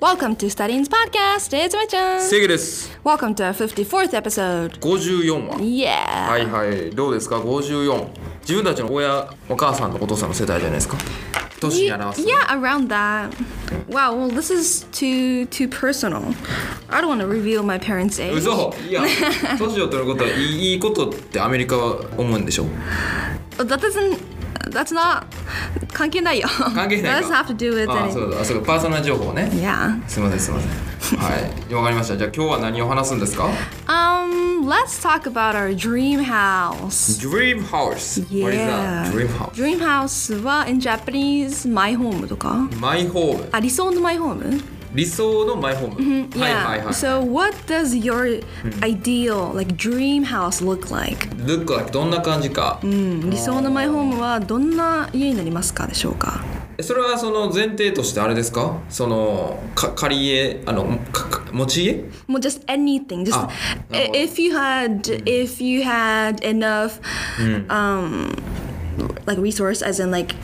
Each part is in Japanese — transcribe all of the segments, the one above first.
Welcome to Studying's podcast. It's my せ turn. いげです。 Welcome to our 54th episode. 54話。 Yeah. はいはい。どうですか？54自分たちの親、お母さんとお父さんの世代じゃないですか。年に Ye- 表す。 yeah, around that. Wow. Well, this is too too personal. I don't want to reveal my parents' age. Oh, 嘘いや年を取ることはいいいいことってアメリカは思うんでしょ Oh, That doesn't. That's not. 関係ないよ。関係 That ない doesn't か have to do with あそ anything. うだあそうかパーソナル情報ね Yeah. すいませんすいませんはいわかりましたじゃあ今日は何を話すんですか Um. Let's talk about our dream house. Dream House What is Yeah. that? Dream House Dream house は in Japanese my home とか。マイホームあ理想のマイホーム理想のマイホーム、 Yeah. はいはいはい So what does your ideal like dream house look like? ルックはどんな感じか、うん理想のマイホームはどんな家になりますかでしょうか。それはその前提としてあれですかそのか借り家あのかか持ち家もう just anything just あなるほど if you had if you had enough um like resource as in like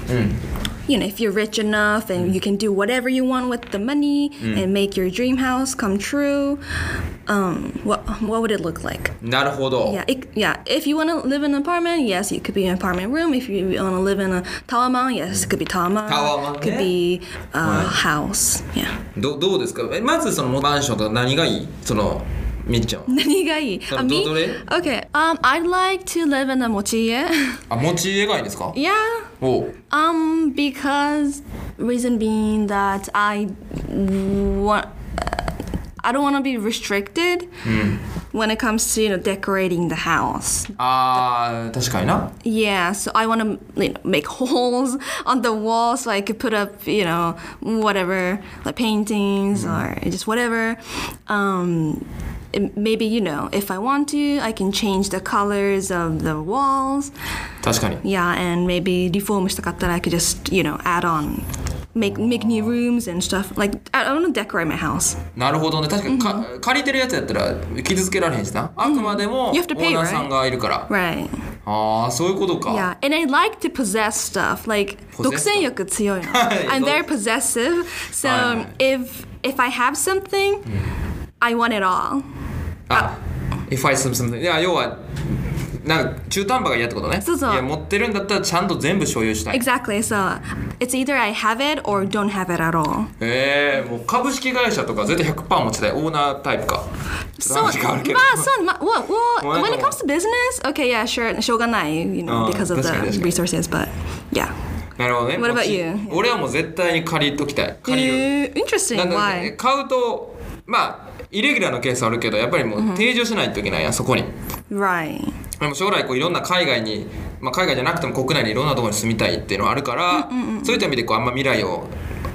you know if you're rich enough and you can do whatever you want with the money and make your dream house come true um what what would it look like? なるほど、 Yeah, it, yeah. If you want to live in an apartment, yes, it could be an apartment room. If you want to live in a tower mount, yes, it could be tower mount. Tower mount, could yeah. be a Right. house. Yeah. どどうですかえまずそのマンションと何がいいそのみっちゃんは何がいい？ So, Uh, do- me? do it. Okay. Um, I'd like to live in a mochiye. あ持ち家がいいんですか yeah. おう Um, because reason being that I want. I don't want to be restricted Hmm. when it comes to you know decorating the house. あー確かにな Yeah, so I want to you know, make holes on the wall so I could put up, you know, whatever, like paintings or just whatever. Um, it- maybe, you know, if I want to, I can change the colors of the walls. 確かに Yeah, and maybe reform stuff that I could just, you know, add on. Make, make new rooms and stuff. Like, I, I want to decorate my house. なるほどね確かにか、借りてるやつやったら傷つけられへんしなあくまでもオ You have to pay, ーナーさんがいるから、 Right. ああそういうことか、 Yeah, and I like to possess stuff. Like Oh. Possess stuff. 独占欲強いの。はい、 I'm very どう- possessive. So はいはい。 if if I have something, I want it all. あ If I some something いや要はなんか中途半端が嫌ってことねそうそうや持ってるんだったらちゃんと全部所有したい Exactly. So it's either I have it or don't have it at all. ええもう株式会社とか絶対100%持ちたいオーナータイプかちょ So, っと話変わるけどまあ、そう、まあ、well, well, もうなんかもう when it comes to business, okay, yeah, sure, しょうがない、you know, うん because of 確かに the 確かに。 resources, but yeah. なるほどね What about 持ち you? 俺はもう絶対に借りときたい借りる、えー Uh, interesting. なんか Why? 買うとまあイレギュラーのケースあるけどやっぱりもう定住しないといけないやんそこに Right. でも将来こういろんな海外に、まあ、海外じゃなくても国内にいろんなところに住みたいっていうのはあるから、そういった意味でこうあんま未来を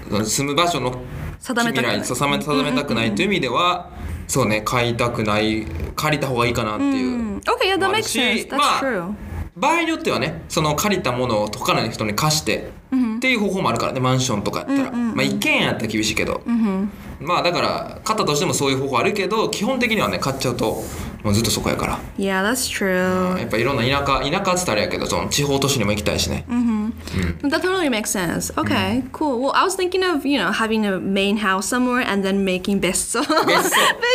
その住む場所の定めたくない未来定め定めたくないという意味では、そうね買いたくない借りた方がいいかなっていう、Mm. Okay, yeah, that もある makes し sense. ま That's あ true. 場合によってはねその借りたものを他の人に貸して、っていう方法もあるからねマンションとかやったら、まあ一軒家やったら厳しいけど、まあだから買ったとしてもそういう方法あるけど基本的にはね買っちゃうともうずっとそこやから。 Yeah, that's true. やっぱいろんな田舎田舎っつったらあれやけどその地方都市にも行きたいしね、 That totally makes sense. Okay, cool. Well, I was thinking of you know having a main house somewhere and then making besso, 別荘い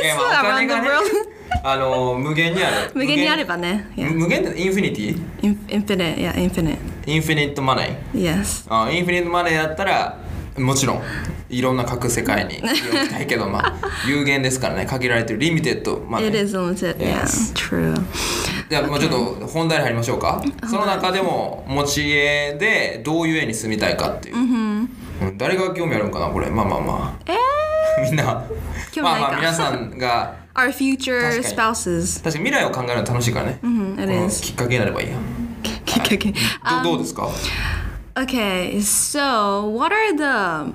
や besso まあお around 金 the がね world. あの無限にある無限にあればね。無 Yeah. 無限ってインフィニティ In- infinite. Yeah, infinite. インフィニットマネー Yes. あインフィニットマネーだったらもちろんいろんな各世界 に行きたいけどまあ有限ですからね限られてるリミテッドマネ It ー is limited. Yes. Yeah. True. じゃあもうちょっと本題に入りましょうかその中でも持ち家でどういう家に住みたいかっていう、うん誰が興味あるんかなこれまあまあまえあみんな興味なまいかあまあ皆さんが Our future 確かに。 spouses. 確かに未来を考えるの楽しいからね、 Mm, it うん is. きっかけになればいいやん Okay, okay. どどうですか Okay. So, what are the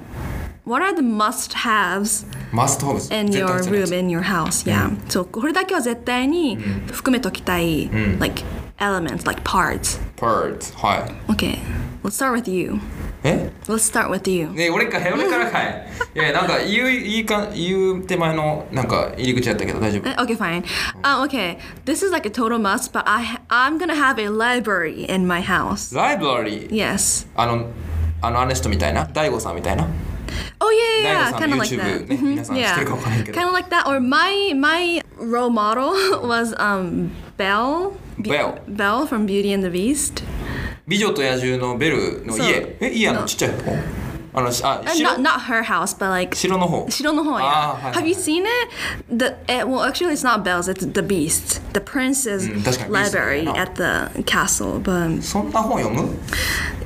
what are the must-haves マストホー in ム your 絶対 Mm. room in your house? Yeah. So, これだけは絶対に含めときたい Mm. like elements, like parts. パーツはい Okay, let's start with you. え Let's start with you. ね俺かい 俺からかいいやいやなんか言ういいか言う手前のなんか入り口やったけど大丈夫 Eh, Okay, fine. Mm. Um, okay, this is like a total must, but I ha- I'm gonna have a library in my house. ライブラリー Yes. あのあのあの人みたいな大悟さんみたいな Oh yeah, yeah, yeah. Daigo-san kind of no like that. YouTube ね、皆さん知ってるかわからんけど kind of like that. Or my my role model was um Belle. Belle. Belle from Beauty and the Beast. 美女と野獣のベルのそう家え家あのちっちゃい方あのしあ Uh, 城 not not her house, but like. 城の方 Shironohoya. Ah, hi, Have hi, you hi. seen it? The eh, well, actually, it's not Belle's. It's the Beast, the Prince's 確かに Beast library だよな。 at the castle. But そんな本読む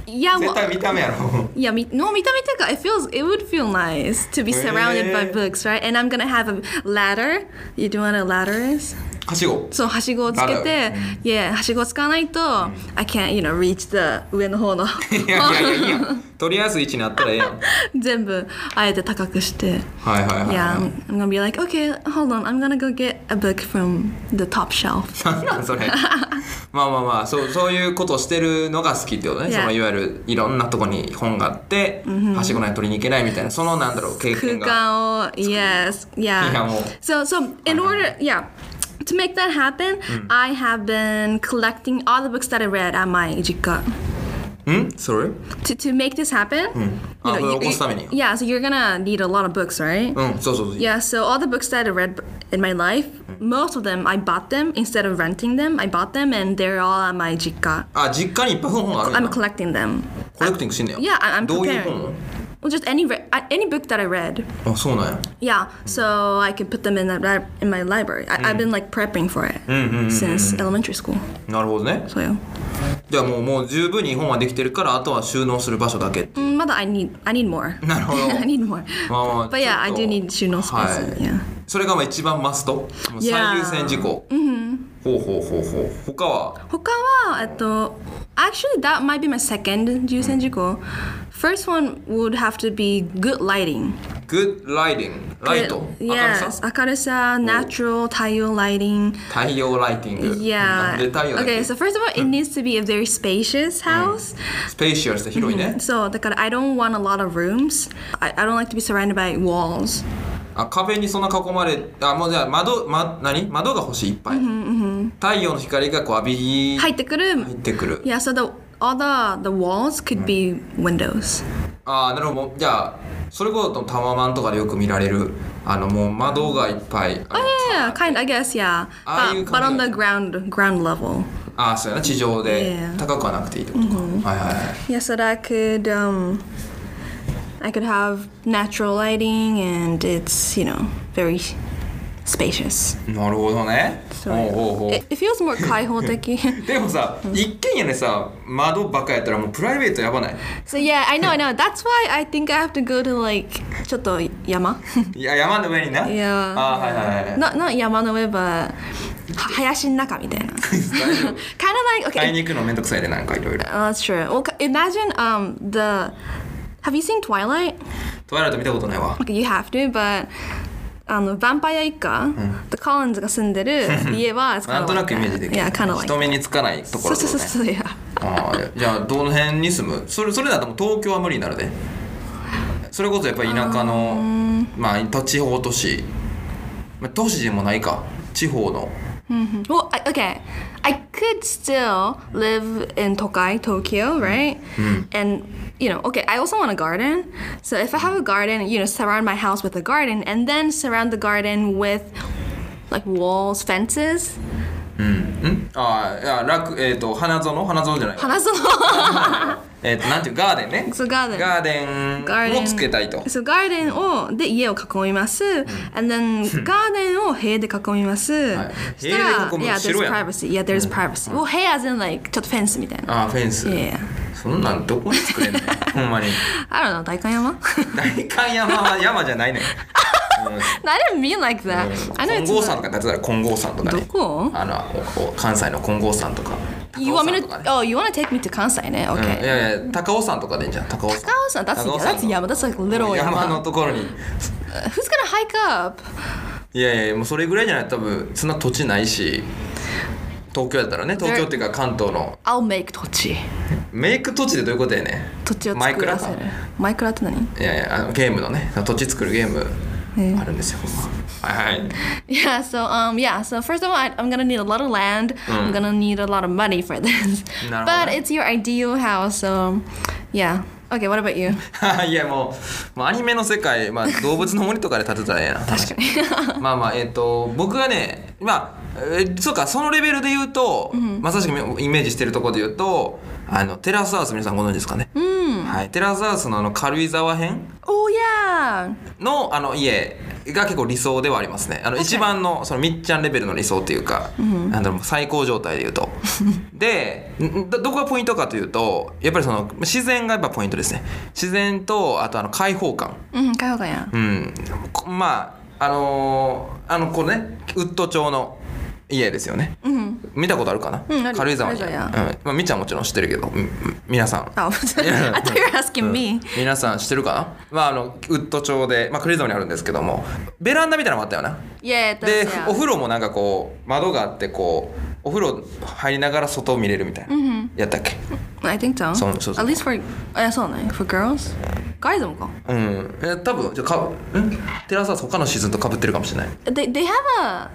yeah, 絶 well, 対見た目やろ Yeah, me, no, 見た目というか it feels it would feel nice to be surrounded by へー。 books, right? And I'm gonna have a ladder. You do what a ladder is? はしご So はしごをつけて、yeah, はしごをつかないと、I can't, you know, reach the 上の方のいやいやいやいいやんとりあえず位置にあったらええやん全部あえて高くして。はいはいはい、 Yeah, は I'm, I'm gonna be like, okay, hold on, I'm gonna go get a book from the top shelf. い、 なんなんそれまあまあまあそうそういうことをしてるのが好きってことね、 Yeah. そのいわゆるいろんなとこに本があって、はしごない取りに行けないみたいなそのなんだろう経験が空間を- yes, yeah. 空間を。 So, so in order, yeah. To make that happen, I have been collecting all the books that I read at my jikka. んそれ To, to make this happen, you know, あこれ you- 起こすために yeah, so you're gonna need a lot of books, right? うんそうそうそう Yeah, so all the books that I read in my life, most of them I bought them instead of renting them. I bought them and they're all at my jikka. あ実家にいっぱい本があるんや I'm な collecting them. コレクティングしてんねや Yeah, I- I'm どういう preparing. 本 Well, just any re- I- any book that I read. あそうなん Yeah, や so I could put them in that li- in my library. I- I've been like prepping for it since elementary school. なるほどね So yeah. じゃあもうもう十分に本はできてるからあとは収納する場所だけ Mm, Mother, I need I need more. なるほど I need more. まあまあ But yeah, I ちょ do っ need と to know space. はい Yeah. それがまあ一番マストもう最 Yeah 優先事項ほうほうほうほう他は他は、えっと、actually that might be my second 優先事項 First one would have to be good lighting. Good lighting ライト Good- 明る Yes, さ明るさ、natural 太陽 lighting. 太陽ライティングな Yeah. んで太陽だ Okay, っけ so first of all, it needs to be a very spacious house. スペーシアルスで広いね So, だから I don't want a lot of rooms. I, I don't like to be surrounded by walls. あ壁にそんな囲まれあもうじゃあ窓ま何窓が欲しいいっぱい太陽の光がこう浴び入入ってくる。ってくる Yeah, so the all the the walls could be windows. ああなるほどじゃあそれこそタワマンとかでよく見られるあのもう窓がいっぱいあ Oh, Yeah, kind I guess yeah. ああいう But, but on 感じだ the ね ground ground level. あーそうやな地上で Yeah. 高くはなくていいってことか、はいはいはい Yeah, so that I could um I could have natural lighting and it's, you know, very spacious. なるほどねお So うおうおう it, it feels more 開放的。でもさ、一軒家でさ窓ばっかやったらもうプライベートやばない So yeah, I know, I know. That's why I think I have to go to like ちょっと山いや山の上にな Yeah. あーはいはいはい not not 山の上 but は林の中みたいな。kind of like 買 okay. いに行くのめんどくさいでなんかいろいろ Oh, that's true. Well, ca- imagine um the have you seen Twilight? トワイライト見たことないわ Okay, you have to, but あのヴァンパイア一家、The Collins が住んでる家は it's な kinda んとなくイ like メージ that. でき Yeah, る kind of like. 人目につかないとこそうろそうとそうかねそう。Yeah. あーじゃあどの辺に住むそれそれだともう東京は無理になるでそれこそやっぱり田舎のまあ地方都市まあ都市でもないか地方の Mm-hmm. Well, I, okay, I could still live in Tokai, Tokyo, right? And you know, okay, I also want a garden. So if I have a garden, you know, surround my house with a garden, and then surround the garden with like walls, fences. ああいや楽えっ、と花園花園じゃな い花園。えっ、となんていうガーデンねそうガーデンガーデンをつけたいとそうガーデンをで家を囲みます、and then ガーデンを塀で囲みます、はいそしたら塀で囲む yeah 白 there's やん privacy yeah there's privacy、well 塀 as in like ちょっとフェンスみたいなああフェンス yeah そんなんどこに作れんのほん まに I don't know 大観山大観山は山じゃないねん No, I didn't mean like that. I know 金 it's 剛山 like, とかだったら金剛山とかねどこあのおお関西の金剛山とか you want me 高尾山と to oh かね you want to take me to Kansai, ne? うんい Okay. やいや高尾山とかでいいんじゃん高尾山高尾山 that's 高尾 that's の Yama. That's like little 山の Yama. Uh, ところに Who's gonna hike up? いやいやもうそれぐらいじゃないと多分そんな土地ないし東京やったらね東京っていうか関東の I'll make tochi. メイク土地ってどういうことやねん土地をマイ作クラらかせる。マイクラって何いやいやあのゲームのね土地作るゲームええあるんですよ、はいはい Yeah, so um yeah, so first of all, I, I'm gonna need a lot of land. I'm gonna need a lot of money for this. なるほどね。 But it's your ideal house, so yeah. Okay, what about you? いやもうもうアニメの世界、まあ、動物の森とかで建てたら ええな確かに。まあまあえっ、と僕がねまあえーそうかそのレベルで言うと、まさしくイメージしてるところで言うとあのテラスハウス皆さんご存知ですかね、はい、テラスハウスのあの軽井沢編 oh yeah! のあの家が結構理想ではありますねあの一番のそのみっちゃんレベルの理想というか、なんだろう最高状態で言う とでんどどこがポイントかというとやっぱりその自然がやっぱポイントですね自然とあとあの開放感うん、かよかや。うん、こまああのーあのこれねウッド調の家ですよね、ん見たことあるかな、うんある軽井沢に、う軽ん井ま沢あ、みっちゃんはもちろん知ってるけど、うんうん皆さん Oh, I thought you were asking me. 皆さん知ってるかな、まあ、あのウッド調で、まあ、軽井沢にあるんですけどもベランダみたいなのもあったよな Yeah, it で does, yeah. お風呂もなんかこう窓があってこうお風呂入りながら外を見れるみたいな、やったっけ I think so. そうそうそう At least for, え、そうね。For girls? ガイズもか。うんえ多分じゃあかんテラスハウス他のシーズンとかぶってるかもしれない They, they have a,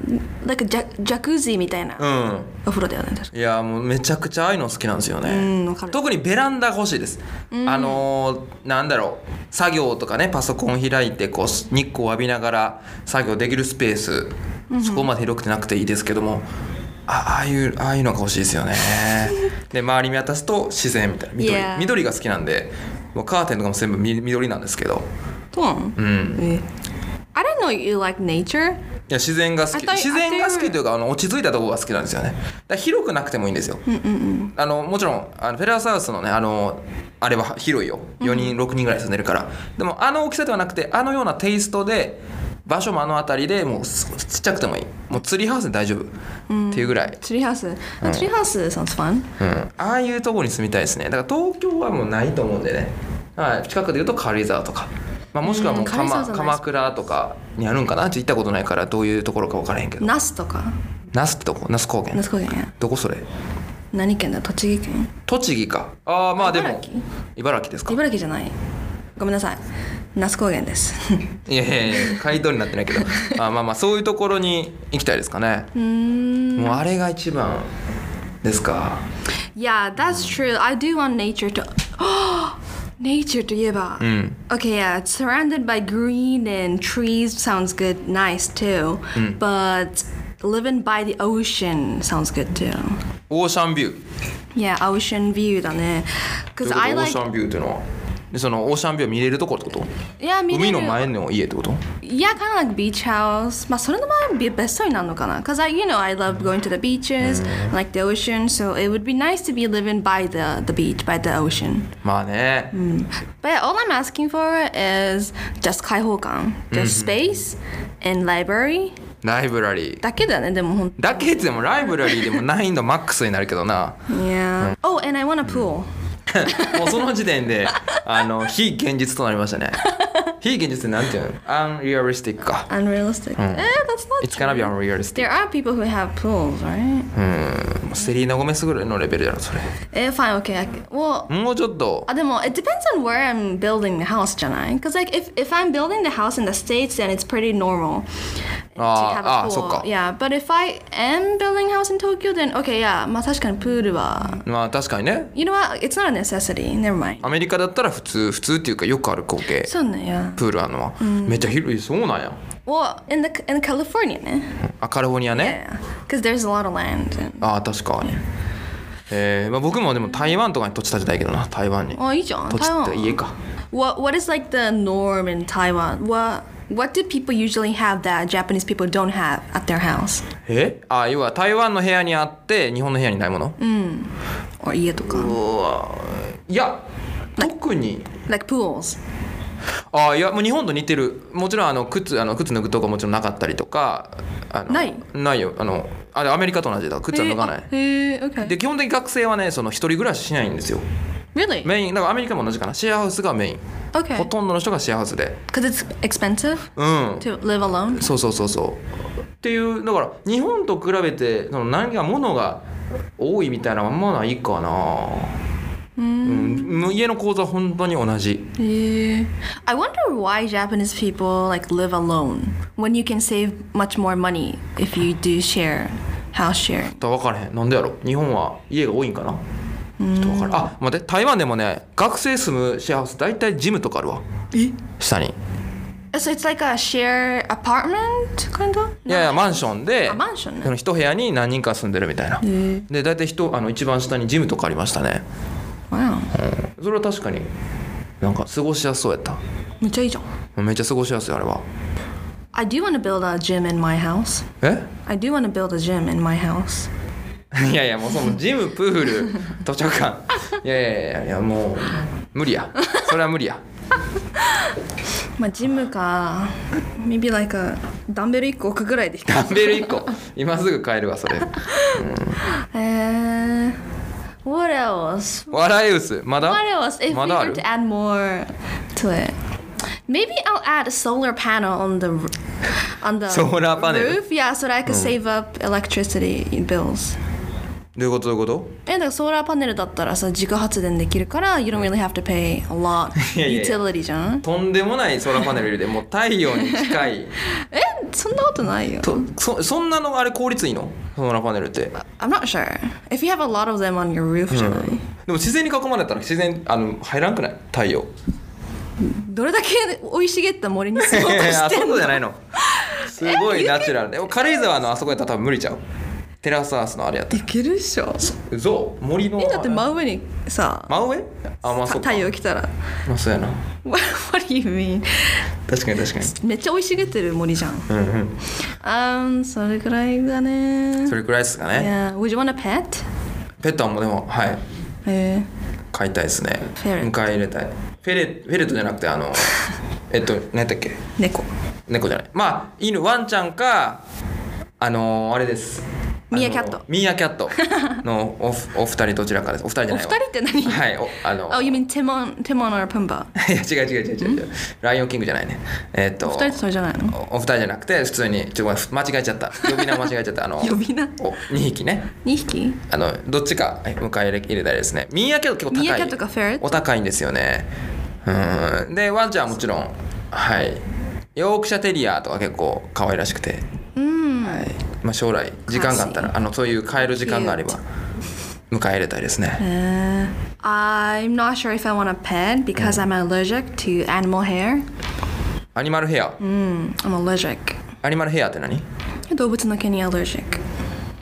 like a jac- jacuzzi みたいなうんお風呂だよね。確かいやもうめちゃくちゃああいうの好きなんですよね、うんわかる特にベランダ欲しいです、あのーなんだろう作業とかねパソコン開いてこうす日光を浴びながら作業できるスペース、そこまで広くてなくていいですけどもあああいうああいうのが欲しいで すよねで周り見渡すと自然みたいな緑 Yeah 緑が好きなんでもうカーテンとかも全部み緑なんですけどそうなのうんえ I don't know you like nature. いや自然が好き I thought- 自然が I 好 thought- きというかあの落ち着いたところが好きなんですよねだから広くなくてもいいんですよ、あのもちろんあのフェラーサウスのねあのあれは広いよ4人、6人ぐらい住んでるからでもあの大きさではなくてあのようなテイストで場所もあの辺りでもうすちっちゃくてもいいもうツリーハウスで大丈夫、っていうぐらい、ツリーハウス。ツリーハウス sounds fun. うん、ああいうところに住みたいですねだから東京はもうないと思うんでね、はい、近くで言うと軽井沢とか、まあ、もしくはもううん軽井沢鎌じゃないです鎌倉とかにあるんかなちょっと行ったことないからどういうところか分からへんけどナスとか。那須ってどこ那須高原ナス高原や。どこそれ何県だ栃木県栃木かああまあでも茨城茨城ですか茨城じゃない。ごめんなさい。那須高原です。いやいやいや街道になってないけどあーまあまあそういうところに行きたいですかねもうあれが一番ですか Yeah, that's true. I do want nature to. nature といえば。Okay, yeah, it's surrounded by green and trees sounds good, nice too. But living by the ocean sounds good too. オーシャンビュー Yeah, ocean view だね。Cause ということ I オー like. シャンビューっていうのはでそのオーシャンビュー見れるところってこと Yeah, 見れる海の前の家ってこと Yeah, kind of like beach house. まあそれの前にビベストになるのかな Because, I, you know, I love going to the beaches, like the ocean. So it would be nice to be living by the, the beach, by the ocean. まあね、 But yeah, all I'm asking for is just 開放感 just space and library. ライブラリーだけだね、でもほんだけでもライブラリーでも難易度マックスになるけどな Yeah. Oh, and I want a pool. もうその時点で あの非現実となりましたね非現実ってなんていうのアンリアリスティックか Unrealistic. Eh, that's not It's Mm. gonna be unrealistic There are people who have pools, right? うんもうセリーナ・ゴメスぐらいのレベルだろそれ Eh, fine, okay. I can- Well, もうちょっと Uh, でも it depends on where I'm building the house, じゃない Because like if if I'm building the house in the states, then it's pretty normal to あ have ーあ a ーそっ pool. か Yeah, but if I am building a house in Tokyo, then okay, yeah, まあ確かにプールは。まあ確かにね You know what? It's not a necessity. Never mind. アメリカだったら普通普通っていうかよくある光景そうね、yeah. プールあんのは、めっちゃ広いそうなんや Well, in the in California ね。あカリフォルニアね Yeah, because there's a lot of land. And... ああ確かにえーまあ、僕もでも台湾とかに土地建てたいけどな台湾にあいいじゃん。土地台湾って家か What what is like the norm in Taiwan? What what do people usually have that Japanese people don't have at their house えああ要は台湾の部屋にあって日本の部屋にないもの、 or 家とか？うわいや特に Like pools. あいやもう日本と似てるもちろんあの靴あの靴脱ぐとこもちろんなかったりとかあのないないよあのあれアメリカと同じだ靴は脱がない、へえ、OK。で基本的に学生はねその一人暮らししないんですよ really? メインだからアメリカも同じかなシェアハウスがメイン、ほ Okay. とんどの人がシェアハウスで Because it's expensive うん to live alone. そうそうそうそうっていうだから日本と比べてその何か物が多いみたいなのはあんまないかなうん、家の構造は本当に同じ Yeah. Eh. I wonder why Japanese people like live alone when you can save much more money if you do share house sharing. だから分からへんなんでやろ日本は家が多いんかな人からあ待って台湾でもね学生住むシェアハウス大体ジムとかあるわ下に So it's like a shared apartment kind of? いやいやマンションであマンションねその一部屋に何人か住んでるみたいなで大体人あの一番下にジムとかありましたね Wow. それは確かになんか過ごしやすそうやっためっちゃいいじゃん。めっちゃ過ごしやすいあれは I do want to build a gym in my house. え I do want to build a gym in my house. いやいやもうそのジムプール図書 館いやいやいやいやもう無理やそれは無 理やまあジムか、maybe uh, like a ダンベル1個置くぐらいでいい か。ダンベル1個今すぐ買えるわそれえー、what else? 笑い薄まだ What else? If ま we だあ were る to add more to it. Maybe I'll add a solar panel on the r- on the Solar panel. Mm. roof. Yeah, so that I could save up electricity bills. どういうことどういうこえだからソーラーパネルだったらさ自家発電できるから you don't really have to pay a lot いやいや utility じゃんととんでもないソーラーパネルでもう太陽に近 いえそんなことないよとそそんなのあれ効率いいのソーラーパネルって I'm not sure if you have a lot of them on your roof じゃない、でも自然に囲まれたら自然あの入らんくない太陽どれだけ生い茂った森に住もうと しあてそんのこじゃないのすごいナチュラルでも軽井沢のあそこやったら多分無理ちゃうテラスハウスのあれやったいけるっしょうぞ森のえだって真上にさ、真上あまあそうか太陽来たら まあそうやな What what do you mean? 確か に確かにめっちゃ生い茂ってる森じゃんうんうんあんそれくらいだねそれくらいですかね Yeah, would you want a pet? ペットはもうでもはいえ飼いたいですねフェレット迎え入れたいフェレフェレットじゃなくてあ のえっと何やったっけー、猫猫じゃないまあ犬ワンちゃんかあのー、あれですミーアキャットあのミーアキャットのおお二人どちらかですお二人じゃおな二いわ人って何はいおあの Oh, you mean Timon, Timon or Pumbaa? いや違う違う違う違う違うライオンキングじゃないねえっ、と二人ってそれじゃないのおお二人じゃなくて普通にちょっと間違えちゃった呼び名間違えちゃったあの 呼び名お2匹ね二匹あのどっちかはい迎え入れたいですねミーアキャット結構高いミーアキャットかフェレットお高いんですよねうんでワンちゃんはもちろんはいヨークシャテリアとか結構可愛らしくてうん、はいまあ、将来時間があったらあのそういう変える時間があれば迎え入れたいですね Uh, I'm not sure if I want a pet because I'm allergic to animal hair. アニマルヘア Mm, I'm allergic. アニマルヘアって何動物の毛に allergic.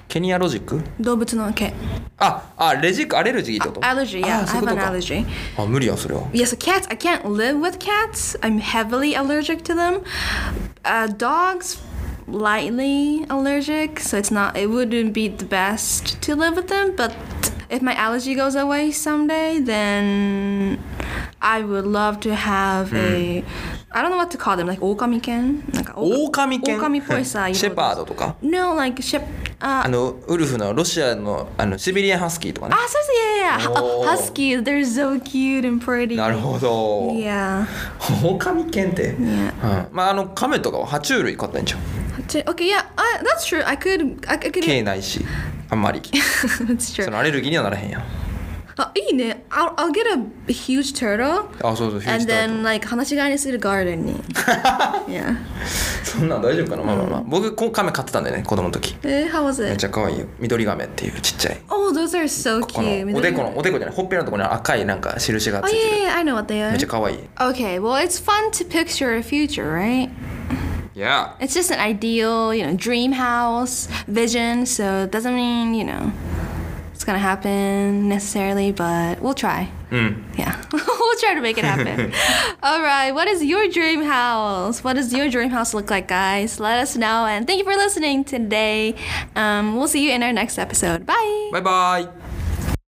ケニアロジック動物の毛。ああレジックアレルギーってこと Allergy, yeah. あ I そうい have うこと an か allergy. あ無理やんそれは Yeah, so cats, I can't live with cats. I'm heavily allergic to them. Uh, dogs, lightly allergic, so it's not, it wouldn't be the best to live with them, but if my allergy goes away someday, then I would love to have a, I don't know what to call them, like okami ken? オオカミ犬狼っぽいさシェパードとか No, like ship, あ uh, のウルフのロシアのあのシベリアンハスキーとかね ah, so, yeah, yeah, yeah. Oh. Huskies, they're so cute and pretty. なるほど Yeah. オオカミ犬って、うん、まああのカメとかは爬虫類飼ったんじゃん Okay, yeah, uh, that's true. I could, I, I could. 毛ないしあんま り that's そ true. のアレルギーにはならへんやん Uh, I'll, I'll get a huge turtle, あそうそうヒュー and ジタイ then like Hanashigani garden. yeah. そんなん大丈夫かなまあまあまあ僕こうカメ飼ってたんだよね子供の時 Eh, how was めっ it? ちゃ可愛いよ緑ガメっていうちっちゃい Oh, those are so この cute. おでこのおでこじゃないほっぺのところに赤いなんか印が Oh ついて yeah, る yeah, yeah, I know what they め are. っちゃ可愛い Okay, well, it's fun to picture a future, right? いや It's just an ideal, you know, dream house vision. So it doesn't mean you know it's gonna happen necessarily, but we'll try. うん Yeah, we'll try to make it happen. All right, what is your dream house? What does your dream house look like, guys? Let us know, and thank you for listening today. Um, we'll see you in our next episode. Bye. バイバイ